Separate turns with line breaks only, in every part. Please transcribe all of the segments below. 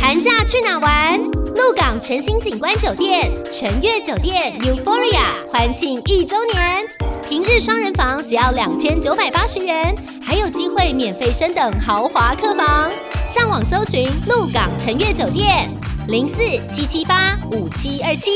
寒假去哪玩？鹿港全新景观酒店、晨悦酒店 Euphoria 欢庆一周年，平日双人房只要两千九百八十元，还有机会免费升等豪华客房。上网搜寻鹿港晨悦酒店零四七七八五七二七。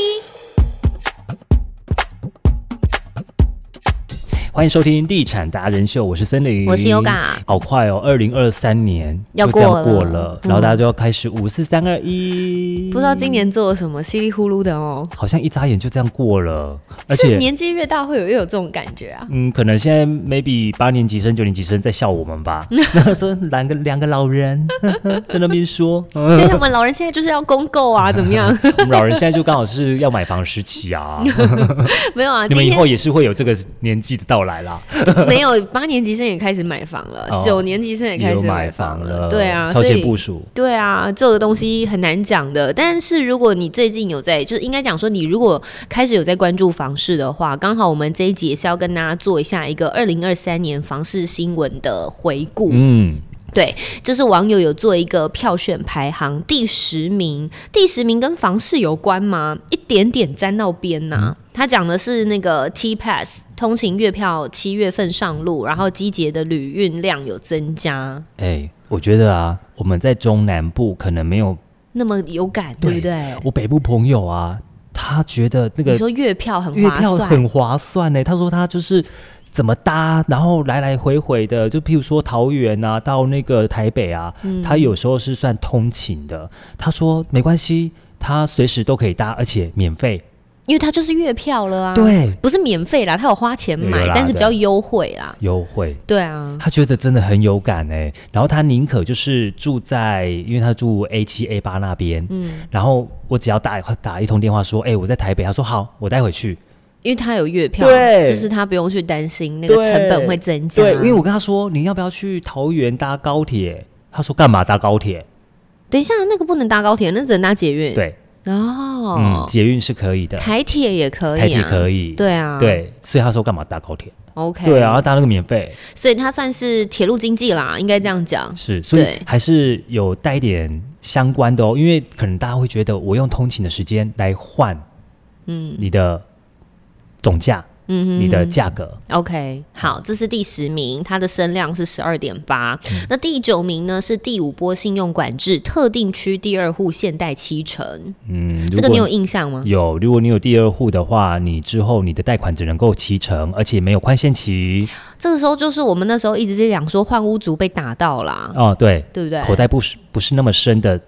欢迎收听《地产达人秀》，我是森林，
我是 Yoga
好快哦，二零二三年
要
就这样
过了
过了，
嗯
然后大家就要开始五四三二一，
不知道今年做了什么，稀里呼噜的哦。
好像一眨眼就这样过了，而
是
且。
年纪越大会有越有这种感觉 啊。
嗯，可能现在 maybe 八年级生、九年级生在笑我们 吧，然后说两个两个老人 在那边说， 嗯
但是我们老人现在就是要公购啊，怎么样？
我们老人现在就刚好是要买房时期啊，
没有啊，
你
今
们以
天
后也是会有这个年纪的到来啦，
没有八年级生也开始买房了
哦，
九年级生也 开
有
始
买
房
了，
对啊，
超
所
前
以
部署，
对啊，这个东西很难讲的。但是如果你最近有在，就是应该讲说，你如果开始有在关注房市的话，刚好我们这一节是要跟大家做一下一个二零二三年房市新闻的回顾。
嗯，
对，就是网友有做一个票选排行，第十名，第十名跟房市有关吗？一点点沾到边呐、
嗯
他讲的是那个 T Pass 通勤月票七月份上路，然后机捷的旅运量有增加，
哎、我觉得啊，我们在中南部可能没有，
那么有感，对不对？
我北部朋友啊，他觉得那个
你说月票很
月
划
票
算，
很划算呢、他说他就是怎么搭，然后来来回回的，就譬如说桃园啊，到那个台北啊，
嗯
他有时候是算通勤的。他说没关系，他随时都可以搭，而且免费。
因为它就是月票了啊。，
对，
不是免费啦，他有花钱
对有
买
啦，
但是比较
对
优惠啦。
优惠。
对啊，
他觉得真的很有感哎、然后他宁可就是住在，因为他住 A 七 A 八那边，嗯，然后我只要打打一通电话说，哎、我在台北，他说好，我带回去，
因为他有月票，
对
就是他不用去担心那个成本会增加。
对，因为我跟他说你要不要去桃园搭高铁，他说干嘛搭高铁？
等一下，那个不能搭高铁，那只能搭捷运。，
对，嗯，
哦，
捷运是可以的，
台铁也可以、啊，
台铁可以，
对啊，
对，所以他说干嘛搭高铁？
，OK，
对啊，，搭那个免费
所以它算是铁路经济啦，应该这样讲。
是，所以
对
还是有带一点相关的哦，因为可能大家会觉得我用通勤的时间来换，嗯，你的总价，嗯，你的价格，
OK，好，这是第十名，它的声量是十二点八。
嗯
那第九名呢是第五波信用管制特定区第二户限贷七成，
嗯，
这
如
个
果
你有印象吗？
有，如果你有第二户的话，你之后你的贷款只能够七成，而且没有宽限期。
这个时候就是我们那时候一直在讲说换屋族被打到啦，
哦，对，
对不对？
口袋不是不是那么深的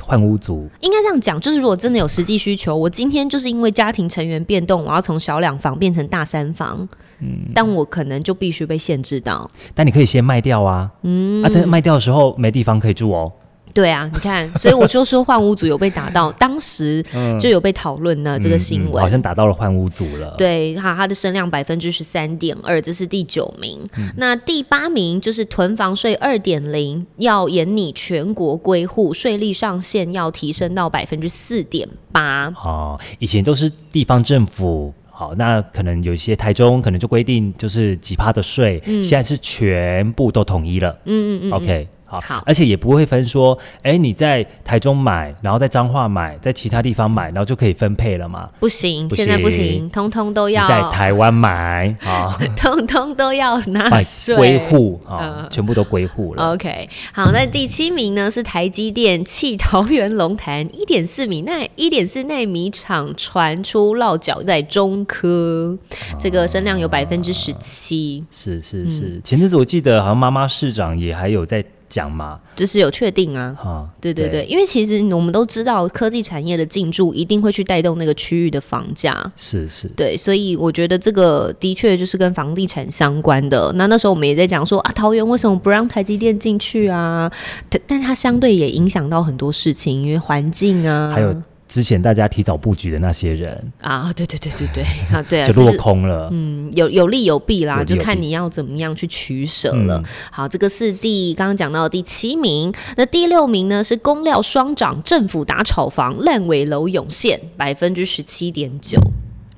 换屋族，
应该这样讲，就是如果真的有实际需求，我今天就是因为家庭成员变动，我要从小两房变成大三房，
嗯
但我可能就必须被限制到。
但你可以先卖掉啊，嗯，啊，但卖掉的时候没地方可以住哦，
对啊，你看，所以我就说换屋主有被打到，当时就有被讨论呢、这个新
嗯嗯嗯
闻。
好像打到了换屋族了，，
对，哈，它的声量百分之十三点二，这是第九名。
嗯
那第八名就是囤房税二点零，要严拟全国归户，税率上限要提升到百分之四点八。
哦，以前都是地方政府。好，那可能有一些台中可能就规定就是几趴的税，现在是全部都统一了。
嗯嗯嗯嗯，
OK，好，
好
而且也不会分说，哎，你在台中买，然后在彰化买，在其他地方买，然后就可以分配了嘛？
不行，
不
现在不
行
行，通通都
你
要
在台湾买 啊，
通通都要纳
买
税。嗯哦
归户啊，全部都归户了。
OK，好，那第七名呢是台积电弃桃园龙潭一点四米奈一点四奈米厂传出落脚在中科，这个声量有百分之十七，
是是
嗯
是，前阵子我记得好像妈妈市长也还有在讲嘛，
就是有确定啊。
哈，
对对对，因为其实我们都知道科技产业的进驻一定会去带动那个区域的房价，
是是，
对，所以我觉得这个的确就是跟房地产相关的。那那时候我们也在讲说啊，桃园为什么不让台积电进去啊？但但它相对也影响到很多事情，因为环境啊，
还有之前大家提早布局的那些人
啊，对对对对对啊，对 啊，
就
就
落
是
空了，
嗯，有有利有弊啦，
有利
就
有
看
弊
你要怎么样去取舍
嗯
了。好，这个是第刚刚讲到的第七名，那第六名呢是公料双涨，政府打炒房，烂尾楼涌现百分之十七点九。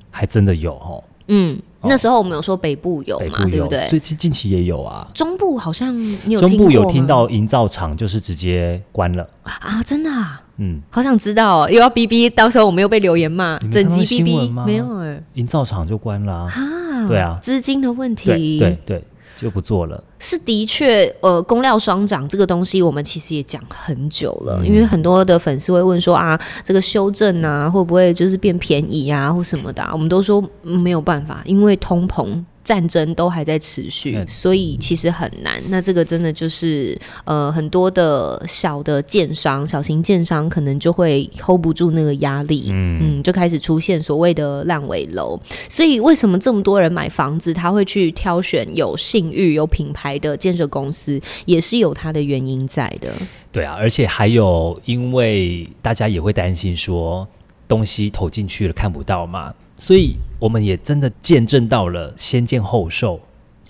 还真的有哦。
嗯，
哦
那时候我们有说北部有
北
嘛，
部
啊对不
有，
对？
最近近期也有啊。
中部好像你有
中部有
过
听
吗
到营造厂就是直接关了，
啊，真的、啊，
嗯，
好想知道、哦，又要逼逼，到时候我们又被留言骂
你，没
整
看到
集逼
新闻
逼
吗
没有哎、
营造厂就关了啊、
啊
对啊
资金的问
对
题，
对对，就不做了。
是的确，呃，工料双涨这个东西，我们其实也讲很久了，
嗯
因为很多的粉丝会问说啊，这个修正啊，会不会就是变便宜啊，或什么的啊、我们都说、嗯没有办法，因为通膨。战争都还在持续，
嗯
所以其实很难。那这个真的就是，呃，很多的小的建商、小型建商可能就会 hold 不住那个压力，嗯就开始出现所谓的烂尾楼。所以为什么这么多人买房子，他会去挑选有信誉、有品牌的建设公司，也是有它的原因在的。
对啊，而且还有，因为大家也会担心说东西投进去了看不到嘛，所以我们也真的见证到了先见后售。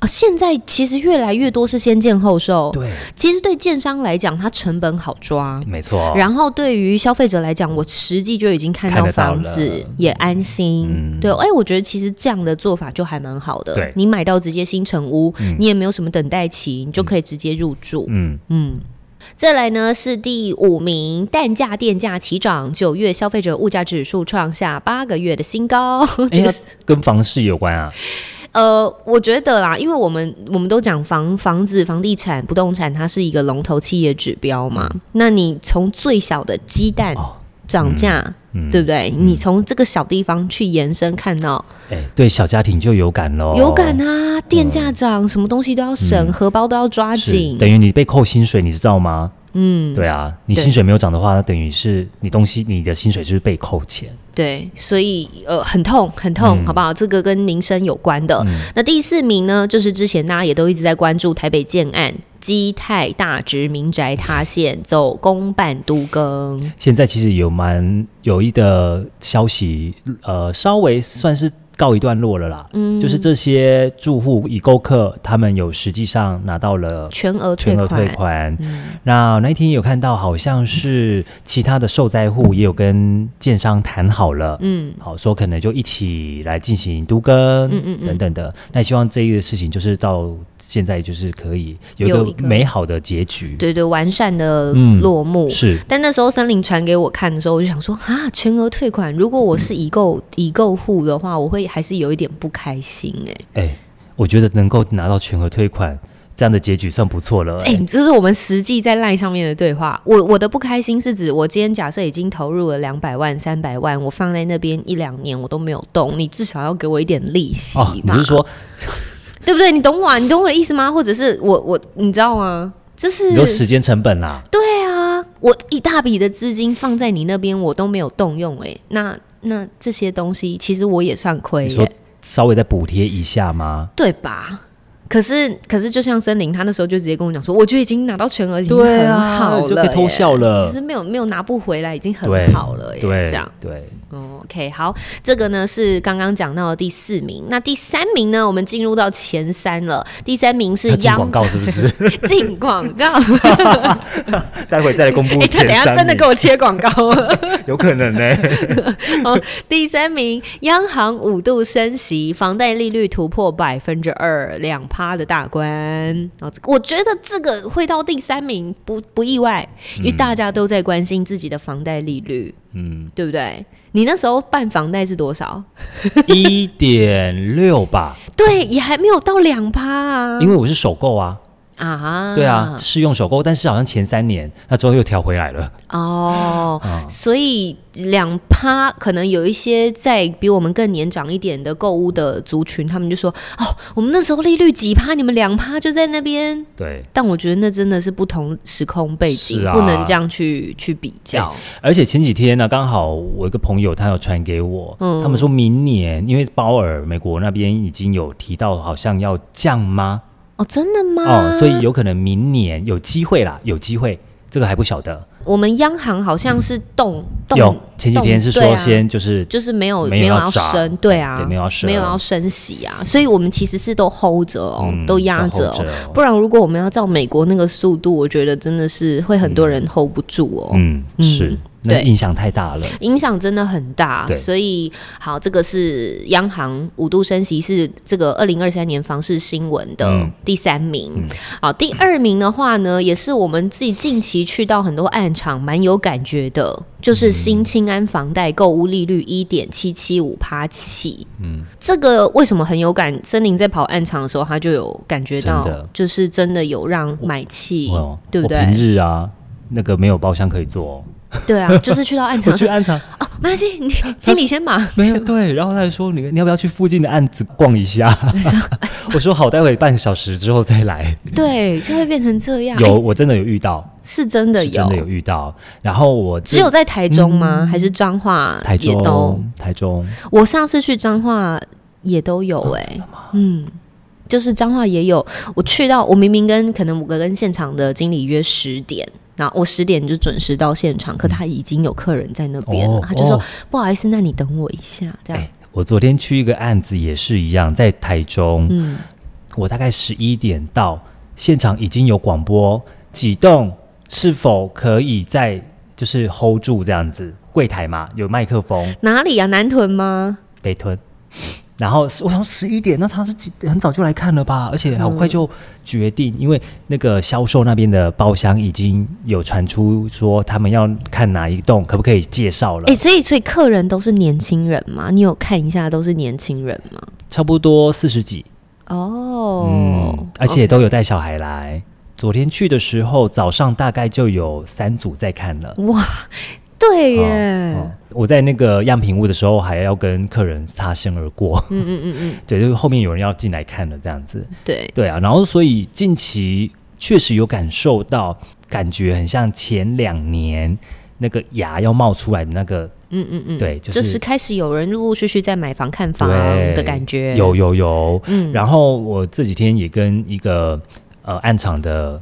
哦，现在其实越来越多是先建后售，
对，
其实对建商来讲，它成本好抓。
没错。
然后对于消费者来讲，我实际就已经看到
看得到
房子
了，
也安心。
嗯
对，哎，我觉得其实这样的做法就还蛮好的。
对
你买到直接新城屋，
嗯
你也没有什么等待期，你就可以直接入住。
嗯，
嗯，再来呢是第五名，蛋价电价齐涨，九月消费者物价指数创下八个月的新高。
哎、
这个
那
是
跟房市有关啊，
呃，我觉得啦，因为我们我们都讲房房子、房地产、不动产，它是一个龙头企业指标嘛。那你从最小的鸡蛋
哦
涨价，
嗯，
对不对？你从这个小地方去延伸看到，
哎、对小家庭就有感喽，
有感啊，电价涨，什么东西都要省，荷包都要抓
嗯是
紧。
等于你被扣薪水，你知道吗？
嗯，
对啊，你
对
薪水没有涨的话，那等于是你东西你的薪水就是被扣钱。
对，所以呃很痛很痛，
嗯
好不好？这个跟民生有关的。那第四名呢，就是之前大家也都一直在关注台北建案。基泰大直民宅塌陷，走公办都更，
现在其实有蛮有一的消息，呃，稍微算是告一段落了啦。嗯，就是这些住户已购客，他们有实际上拿到了
全额退
全额
款。嗯
退款。那那一天有看到，好像是其他的受灾户也有跟建商谈好了，
嗯，
好说可能就一起来进行都更，
嗯嗯嗯
等等的。那希望这一个事情就是到现在就是可以有一
有一
个
个
美好的结局。
对对，完善的
嗯
落幕。
是，
但那时候森林传给我看的时候，我就想说啊，全额退款。如果我是已购已购户的话，我会还是有一点不开心哎、
哎、我觉得能够拿到全额退款这样的结局算不错了、
哎、
哎、
这是我们实际在 LINE 上面的对话。我我的不开心是指，我今天假设已经投入了两百万、三百万，我放在那边一两年我都没有动，你至少要给我一点利息
哦，你
嘛，
是说
对不对？你懂我、啊，你懂我的意思吗？或者是我我你知道吗？就
你说
是
时间成本啦、
对啊，我一大笔的资金放在你那边，我都没有动用、哎，那那这些东西其实我也算亏、
你
耶
说稍微再补贴一下吗？
对吧？可是，可是，就像森林，他那时候就直接跟我讲说，我觉得已经拿到全额，已经
对
很
啊
好了、哎
就可以偷笑了
只是没有没有拿不回来，已经
呃对
很好了耶。
对，
这样、
对，
嗯、，OK，好，这个呢是刚刚讲到的第四名。那第三名呢，我们进入到前三了。第三名是
要进
央
广告是不 是？
进广 告，
待会再来公布
哎、
前三名。
他等一下真的给我切广告 了。
有可能呢、
第三名，央行五度升息，房贷利率突破百分之二，两趴的大关。哦，这个我觉得这个会到第三名不不意外，因为大家都在关心自己的房贷利率，
嗯，
对不对？你那时候办房贷是多少？
一点六吧，
对，也还没有到两趴啊
因为我是首购啊，
啊！
对啊，试用首购，但是好像前三年，那之后又调回来了。
哦，
啊
所以两趴可能有一些在比我们更年长一点的购物的族群，他们就说：“哦，我们那时候利率几趴，你们两趴就在那边。
对，”
但我觉得那真的是不同时空背景，
是啊
不能这样去去比较。
而且前几天呢，刚好我一个朋友他有传给我，
嗯
他们说明年因为鲍尔美国那边已经有提到好像要降吗？
哦，真的吗？
哦，所以有可能明年有机会啦，有机会，这个还不晓得。
我们央行好像是动
嗯
动
有前几天是
动对
说
啊
先就是
就是没有
没有要
要
涨
升，对啊，
对没有要升
没有要升息啊，所以我们其实是都 hold 着哦，
嗯
都压
都
着哦
hold 着哦，
不然如果我们要照美国那个速度，我觉得真的是会很多人 hold 不住哦。
嗯是，那
对
影响太大了。
影响真的很大，
对
所以好，这个是央行五度升息，是这个二零二三年房市新闻的
嗯
第三名。好，第二名的话呢，也是我们自己近期去到很多暗场，蛮有感觉的，
嗯
就是新青安房贷购物利率一点七七五趴起。嗯，这个为什么很有感？森林在跑暗场的时候，他就有感觉到
真的，
就是真的有让买气
哦，
对不
我平
对？
日啊，那个没有包厢可以坐、哦，
对 啊，就是去到暗
我
场
去
说，
暗 场
哦，没关系，你经理先忙。
没有对，然后他还说你你要不要去附近的案子逛一 下？我说好，待会半小时之后再 来。
对，就会变成这样。
有，
哎
我真的有遇到，
是真的
是
有，
真的有遇到。然后我
只有在台中吗？还是彰化？
台
也都。
中，台中
我上次去彰化也都有
哦
哎、嗯。就是彰化也有，我去到我明明跟可能我跟现场的经理约十点，然后我十点就准时到现场，可他已经有客人在那边了，
哦
他就说、
哦
不好意思，那你等我一下，这样，
哎我昨天去一个案子也是一样，在台中，
嗯，
我大概十一点到，现场已经有广播，几栋是否可以在就是 hold 住这样子，柜台嘛有麦克风，
哪里啊？南屯吗？
北屯。然后我想十一点，那他是几很早就来看了吧？而且很快就决定，因为那个销售那边的包厢已经有传出说他们要看哪一栋，可不可以介绍了
哎、？所以所以客人都是年轻人嘛？你有看一下都是年轻人吗？
差不多四十几，
哦，
嗯，而且都有带小孩来。昨天去的时候，早上大概就有三组在看了。
对耶，
哦我在那个样品屋的时候，还要跟客人擦身而过。嗯嗯嗯嗯， 对，就是后面有人要进来看了这样子。
对，
对啊，然后所以近期确实有感受到，感觉很像前两年那个芽要冒出来的那个，
嗯嗯嗯，
对，就
就是是开始有人陆陆续续在买房看房
对
的感觉，
有有有。
嗯
然后我这几天也跟一个呃暗场的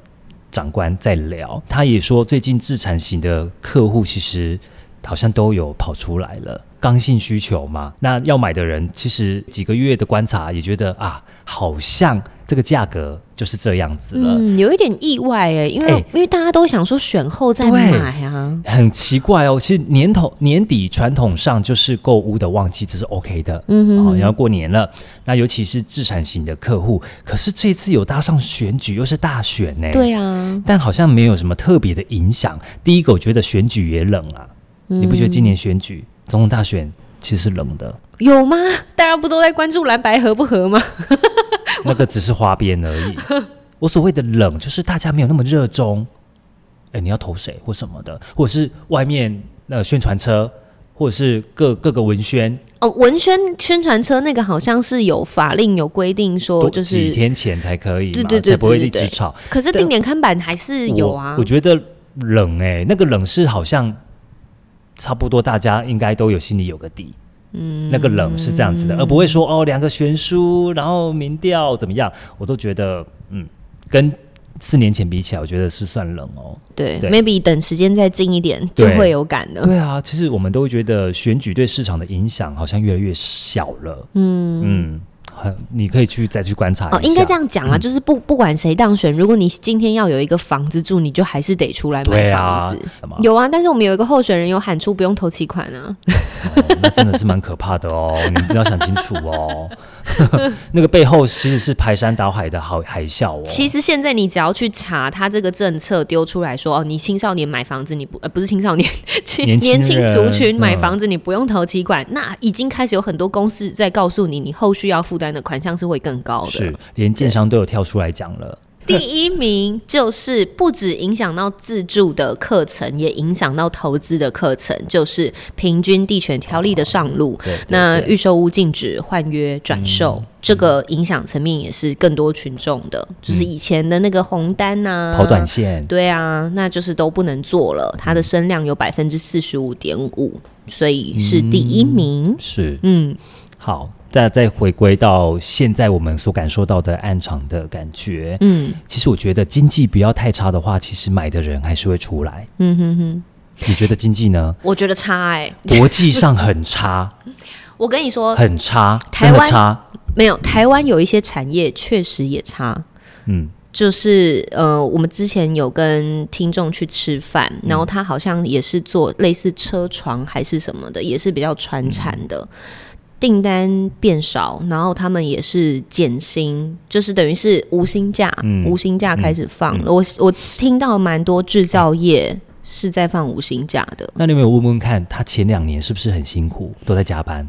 长官在聊，他也说最近自产型的客户其实好像都有跑出来了。刚性需求嘛，那要买的人其实几个月的观察也觉得啊，好像这个价格就是这样子了。
嗯，有一点意外哎，因为、
哎
因为大家都想说选后再
对
买啊，
很奇怪哦，其实年头年底传统上就是购物的旺季，这是 OK 的，
嗯哼
哦，然后过年了，那尤其是自产型的客户，可是这次有搭上选举，又是大选呢，
对啊，
但好像没有什么特别的影响。第一个，我觉得选举也冷啊，你不觉得今年选举总统大选其实是冷的，
有吗？大家不都在关注蓝白合不合吗？
那个只是花边而已。我所谓的冷，就是大家没有那么热衷。哎，你要投谁或什么的，或者是外面呃宣传车，或者是各各个文宣，
哦，文宣宣传车那个好像是有法令有规定说
多
哦就
几
是，
天前才可以嘛，
对对对
才不会
对
一
对
直
对
吵。
可是
但
定点看板还是有啊
我，我觉得冷哎、那个冷是好像差不多大家应该都有心里有个底。嗯，那个冷是这样子的，而不会说哦两个悬殊，然后民调怎么样，我都觉得嗯，跟四年前比起来，我觉得是算冷哦。
对
对
m a y b e 等时间再近一点就
对
会有感的。
对啊，其实我们都会觉得选举对市场的影响好像越来越小了。嗯嗯，很你可以去再去观察一下。
哦，应该这样讲啊，就是不不管谁当选，如果你今天要有一个房子住，你就还是得出来买
对啊
房子。，
什么
有啊，但是我们有一个候选人有喊出不用投期款啊，
哦那真的是蛮可怕的哦，你们一定要想清楚哦。 那个背后其实是排山倒海的好海啸哦。
其实现在你只要去查他这个政策丢出来说，哦，你青少年买房子你不呃不是青少年， 青
年轻
年轻
人
族群
嗯
买房子你不用投期款，那已经开始有很多公司在告诉你，你后续要负担的款项是会更高的
是。连建商都有跳出来讲了，
第一名就是不止影响到自住的课程，也影响到投资的课程，就是平均地权条例的上路。
对对
那
对嗯
预售屋禁止换约转售，这个影响层面也是更多群众的，
嗯
就是以前的那个红单呐、
跑短线，
对啊，那就是都不能做了。它的声量有百分之四十五点五，所以是第一名。
是
嗯，
好。再再回归到现在我们所感受到的暗场的感觉，
嗯
其实我觉得经济不要太差的话，其实买的人还是会出来。
嗯哼哼，
你觉得经济 呢？
我觉得差哎、
国际上很差，
我跟你说，
很差，
哦台
真的
湾
差。
没有台湾有一些产业确实也差，
嗯，
就是呃，我们之前有跟听众去吃饭，然后他好像也是做类似车床还是什么的，也是比较传产的。订单变少，然后他们也是减薪，就是等于是无薪假，
嗯
无薪假开始放了。我我听到蛮多制造业是在放无薪假的，
那你有没有问问看，他前两年是不是很辛苦，都在加班？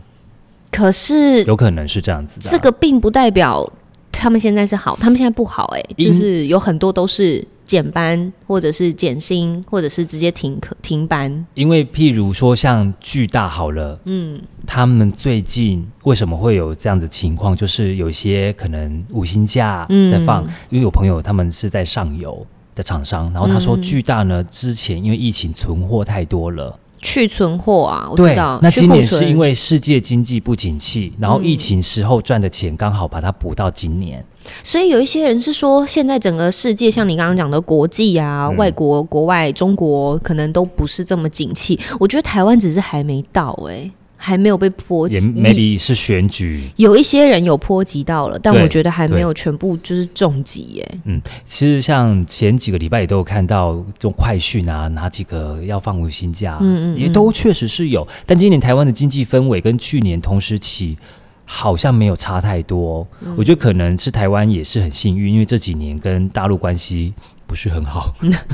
可是
有可能是这样子的啊、
这个并不代表他们现在是好，他们现在不好、欸，
因
就是有很多都是减班，或者是减薪，或者是直接停课停班。
因为譬如说像巨大好了，嗯，他们最近为什么会有这样的情况？就是有一些可能五星假
嗯
在放，因为有朋友他们是在上游的厂商，然后他
嗯
说巨大呢、之前因为疫情存货太多了，
去存货啊，我知
对
道。，
那
去
今
库
年
存嗯
是因为世界经济不景气，然后疫情时候赚的钱刚好把它补到今年，
所以有一些人是说，现在整个世界像你刚刚讲的国际啊、
嗯
外国、国外、中国，可能都不是这么景气。我觉得台湾只是还没到、欸，还没有被波及
也。maybe 是选举，
有一些人有波及到了，但
对
我觉得还没有全部就是重击哎耶、
嗯，其实像前几个礼拜也都有看到这种快讯啊，哪几个要放无薪假，嗯嗯也都确实是有。但今年台湾的经济氛围跟去年同时期好像没有差太多哦、
嗯
我觉得可能是台湾也是很幸运，因为这几年跟大陆关系。不是很好，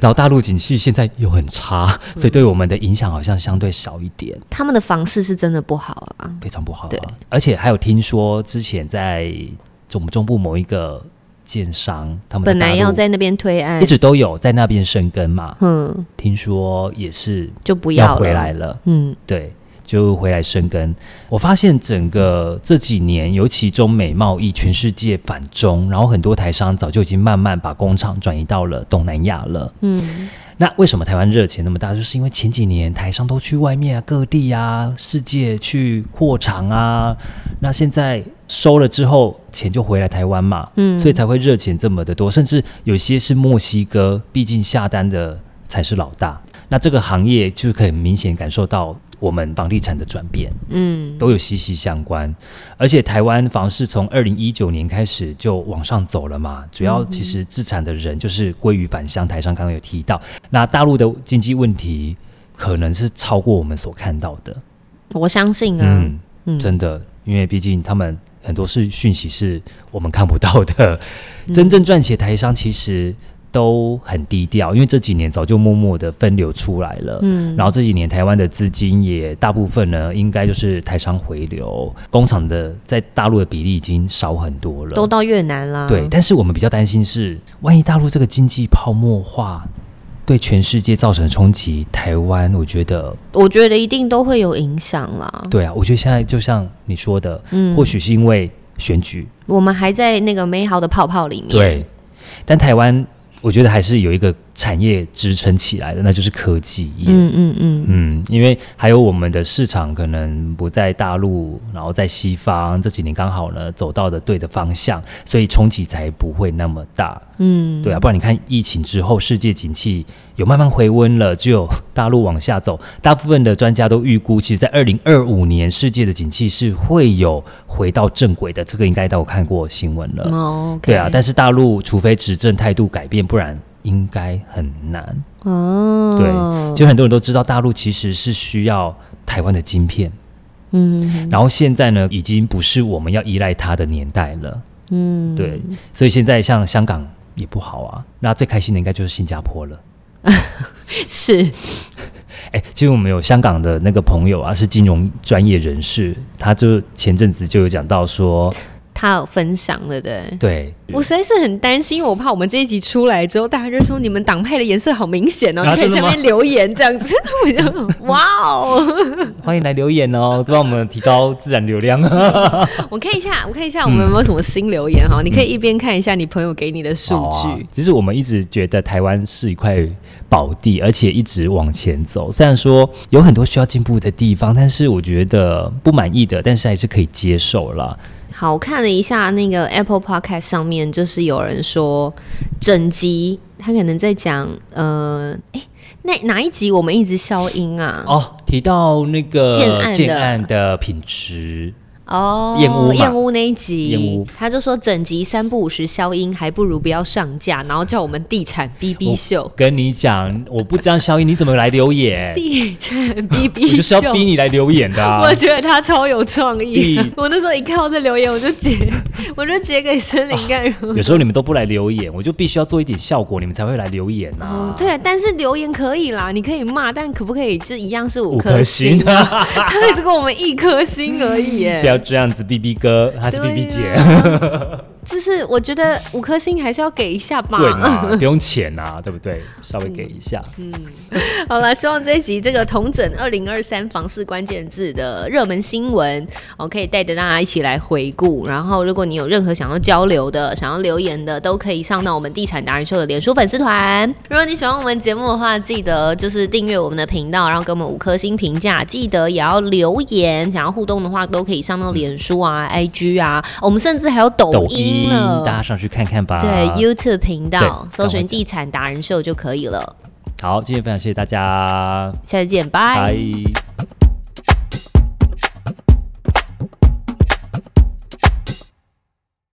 然后大陆景气现在又很差，
嗯
所以对我们的影响好像相对少一点，
他们的房市是真的不好啊。
非常不好、啊。
对，
而且还有听说之前在我们中部某一个建商，他们
本来
大陆
要在那边推案
一，直都有在那边生根嘛，
嗯，
听说也是
就不
要
了。
回来了，
嗯，
对，就回来生根。我发现整个这几年，尤其中美贸易，全世界反中，然后很多台商早就已经慢慢把工厂转移到了东南亚了。
嗯，
那为什么台湾热钱那么大？就是因为前几年台商都去外面啊、各地啊、世界去扩厂啊，那现在收了之后，钱就回来台湾嘛，
嗯
所以才会热钱这么的多，甚至有些是墨西哥，毕竟下单的才是老大。那这个行业就可以很明显感受到我们房地产的转变，
嗯，
都有息息相关。而且台湾房市从二零一九年开始就往上走了嘛，主要其实自产的人就是归于返乡，台上刚刚有提到，那大陆的经济问题可能是超过我们所看到的，
我相信啊，
嗯，
嗯
真的，因为毕竟他们很多是讯息是我们看不到的，
嗯
真正赚钱的台商其实。都很低调，因为这几年早就默默的分流出来了。
嗯
然后这几年台湾的资金也大部分呢，应该就是台商回流，工厂的在大陆的比例已经少很多了。
都到越南啦。
对，，但是我们比较担心是，万一大陆这个经济泡沫化对全世界造成冲击，台湾我觉得，
我觉得一定都会有影响啦。
对啊，我觉得现在就像你说的，
嗯
或许是因为选举，
我们还在那个美好的泡泡里面。，
对，但台湾我觉得还是有一个产业支撑起来的，那就是科技业。
嗯嗯嗯，
嗯，因为还有我们的市场可能不在大陆，然后在西方这几年刚好呢走到的对的方向，所以冲击才不会那么大。嗯，对啊，不然你看疫情之后，世界景气有慢慢回温了，只有大陆往下走。大部分的专家都预估，其实在二零二五年世界的景气是会有回到正轨的，这个应该都有看过新闻了。
哦，OK，
对啊，但是大陆除非执政态度改变，不然应该很难。嗯
哦，
对，其实很多人都知道，大陆其实是需要台湾的晶片，
嗯，
然后现在呢，已经不是我们要依赖它的年代了。
嗯，
对，所以现在像香港也不好啊，那最开心的应该就是新加坡了。
是，
哎，其实我们有香港的那个朋友啊，是金融专业人士，他就前阵子就有讲到说，
他有分享，对不对？
对，
我实在是很担心，我怕我们这一集出来之后，大家就说你们党派的颜色好明显哦，
啊
你可
真
以
的
下
吗
面留言这样子， 我就哇哦，
欢迎来留言哦，帮我们提高自然流 量。
我看一下，我看一下我们有
嗯
没有什么新留言哈，你可以一边看一下你朋友给你的数
好啊
据，。
其实我们一直觉得台湾是一块宝地，而且一直往前走。虽然说有很多需要进步的地方，但是我觉得不满意的，但是还是可以接受啦。
好，我看了一下那个 Apple Podcast 上面，就是有人说整集他可能在讲，呃，哎、那哪一集我们一直消音啊？
哦，提到那个
建案的
建案的品质，
哦，
燕屋嘛
燕屋那一集，
燕屋
他就说整集三不五十消音，还不如不要上架，然后叫我们地产
哦
BB 秀，
跟你讲，我不这样消音，你怎么来留 言？
地产
我
BB 秀，
就是要逼你来留言的、 啊。
我觉得他超有创意
地。
我那时候一看到这留言，我就截，我就截给森
哦
林干如。
有时候你们都不来留言，我就必须要做一点效果，你们才会来留言啊。
嗯，，对，但是留言可以啦，你可以骂，但可不可以就一样是五
五颗
星
星
啊？ 他只给我们一颗星而已
不
耶。
要这样子，B B 哥，他是
对
B B
啊
姐，
就是我觉得五颗星还是要给一下吧。
对嘛？ 不用钱啊，对不对？稍微给一下，
嗯好了，希望这一集这个同整二零二三房市关键字的热门新闻，哦，可以带着大家一起来回顾。然后，如果你有任何想要交流的、想要留言的，都可以上到我们地产达人秀的脸书粉丝团。如果你喜欢我们节目的话，记得就是订阅我们的频道，然后给我们五颗星评价，记得也要留言。想要互动的话，都可以上到脸书啊、IG 啊，我们甚至还有抖
抖音
音了。
大家上去看看吧。
对 YouTube 频道
对
搜
赶快
寻
讲
地产达人秀就可以了。
好，今天非常谢谢大家，
下次见，
拜。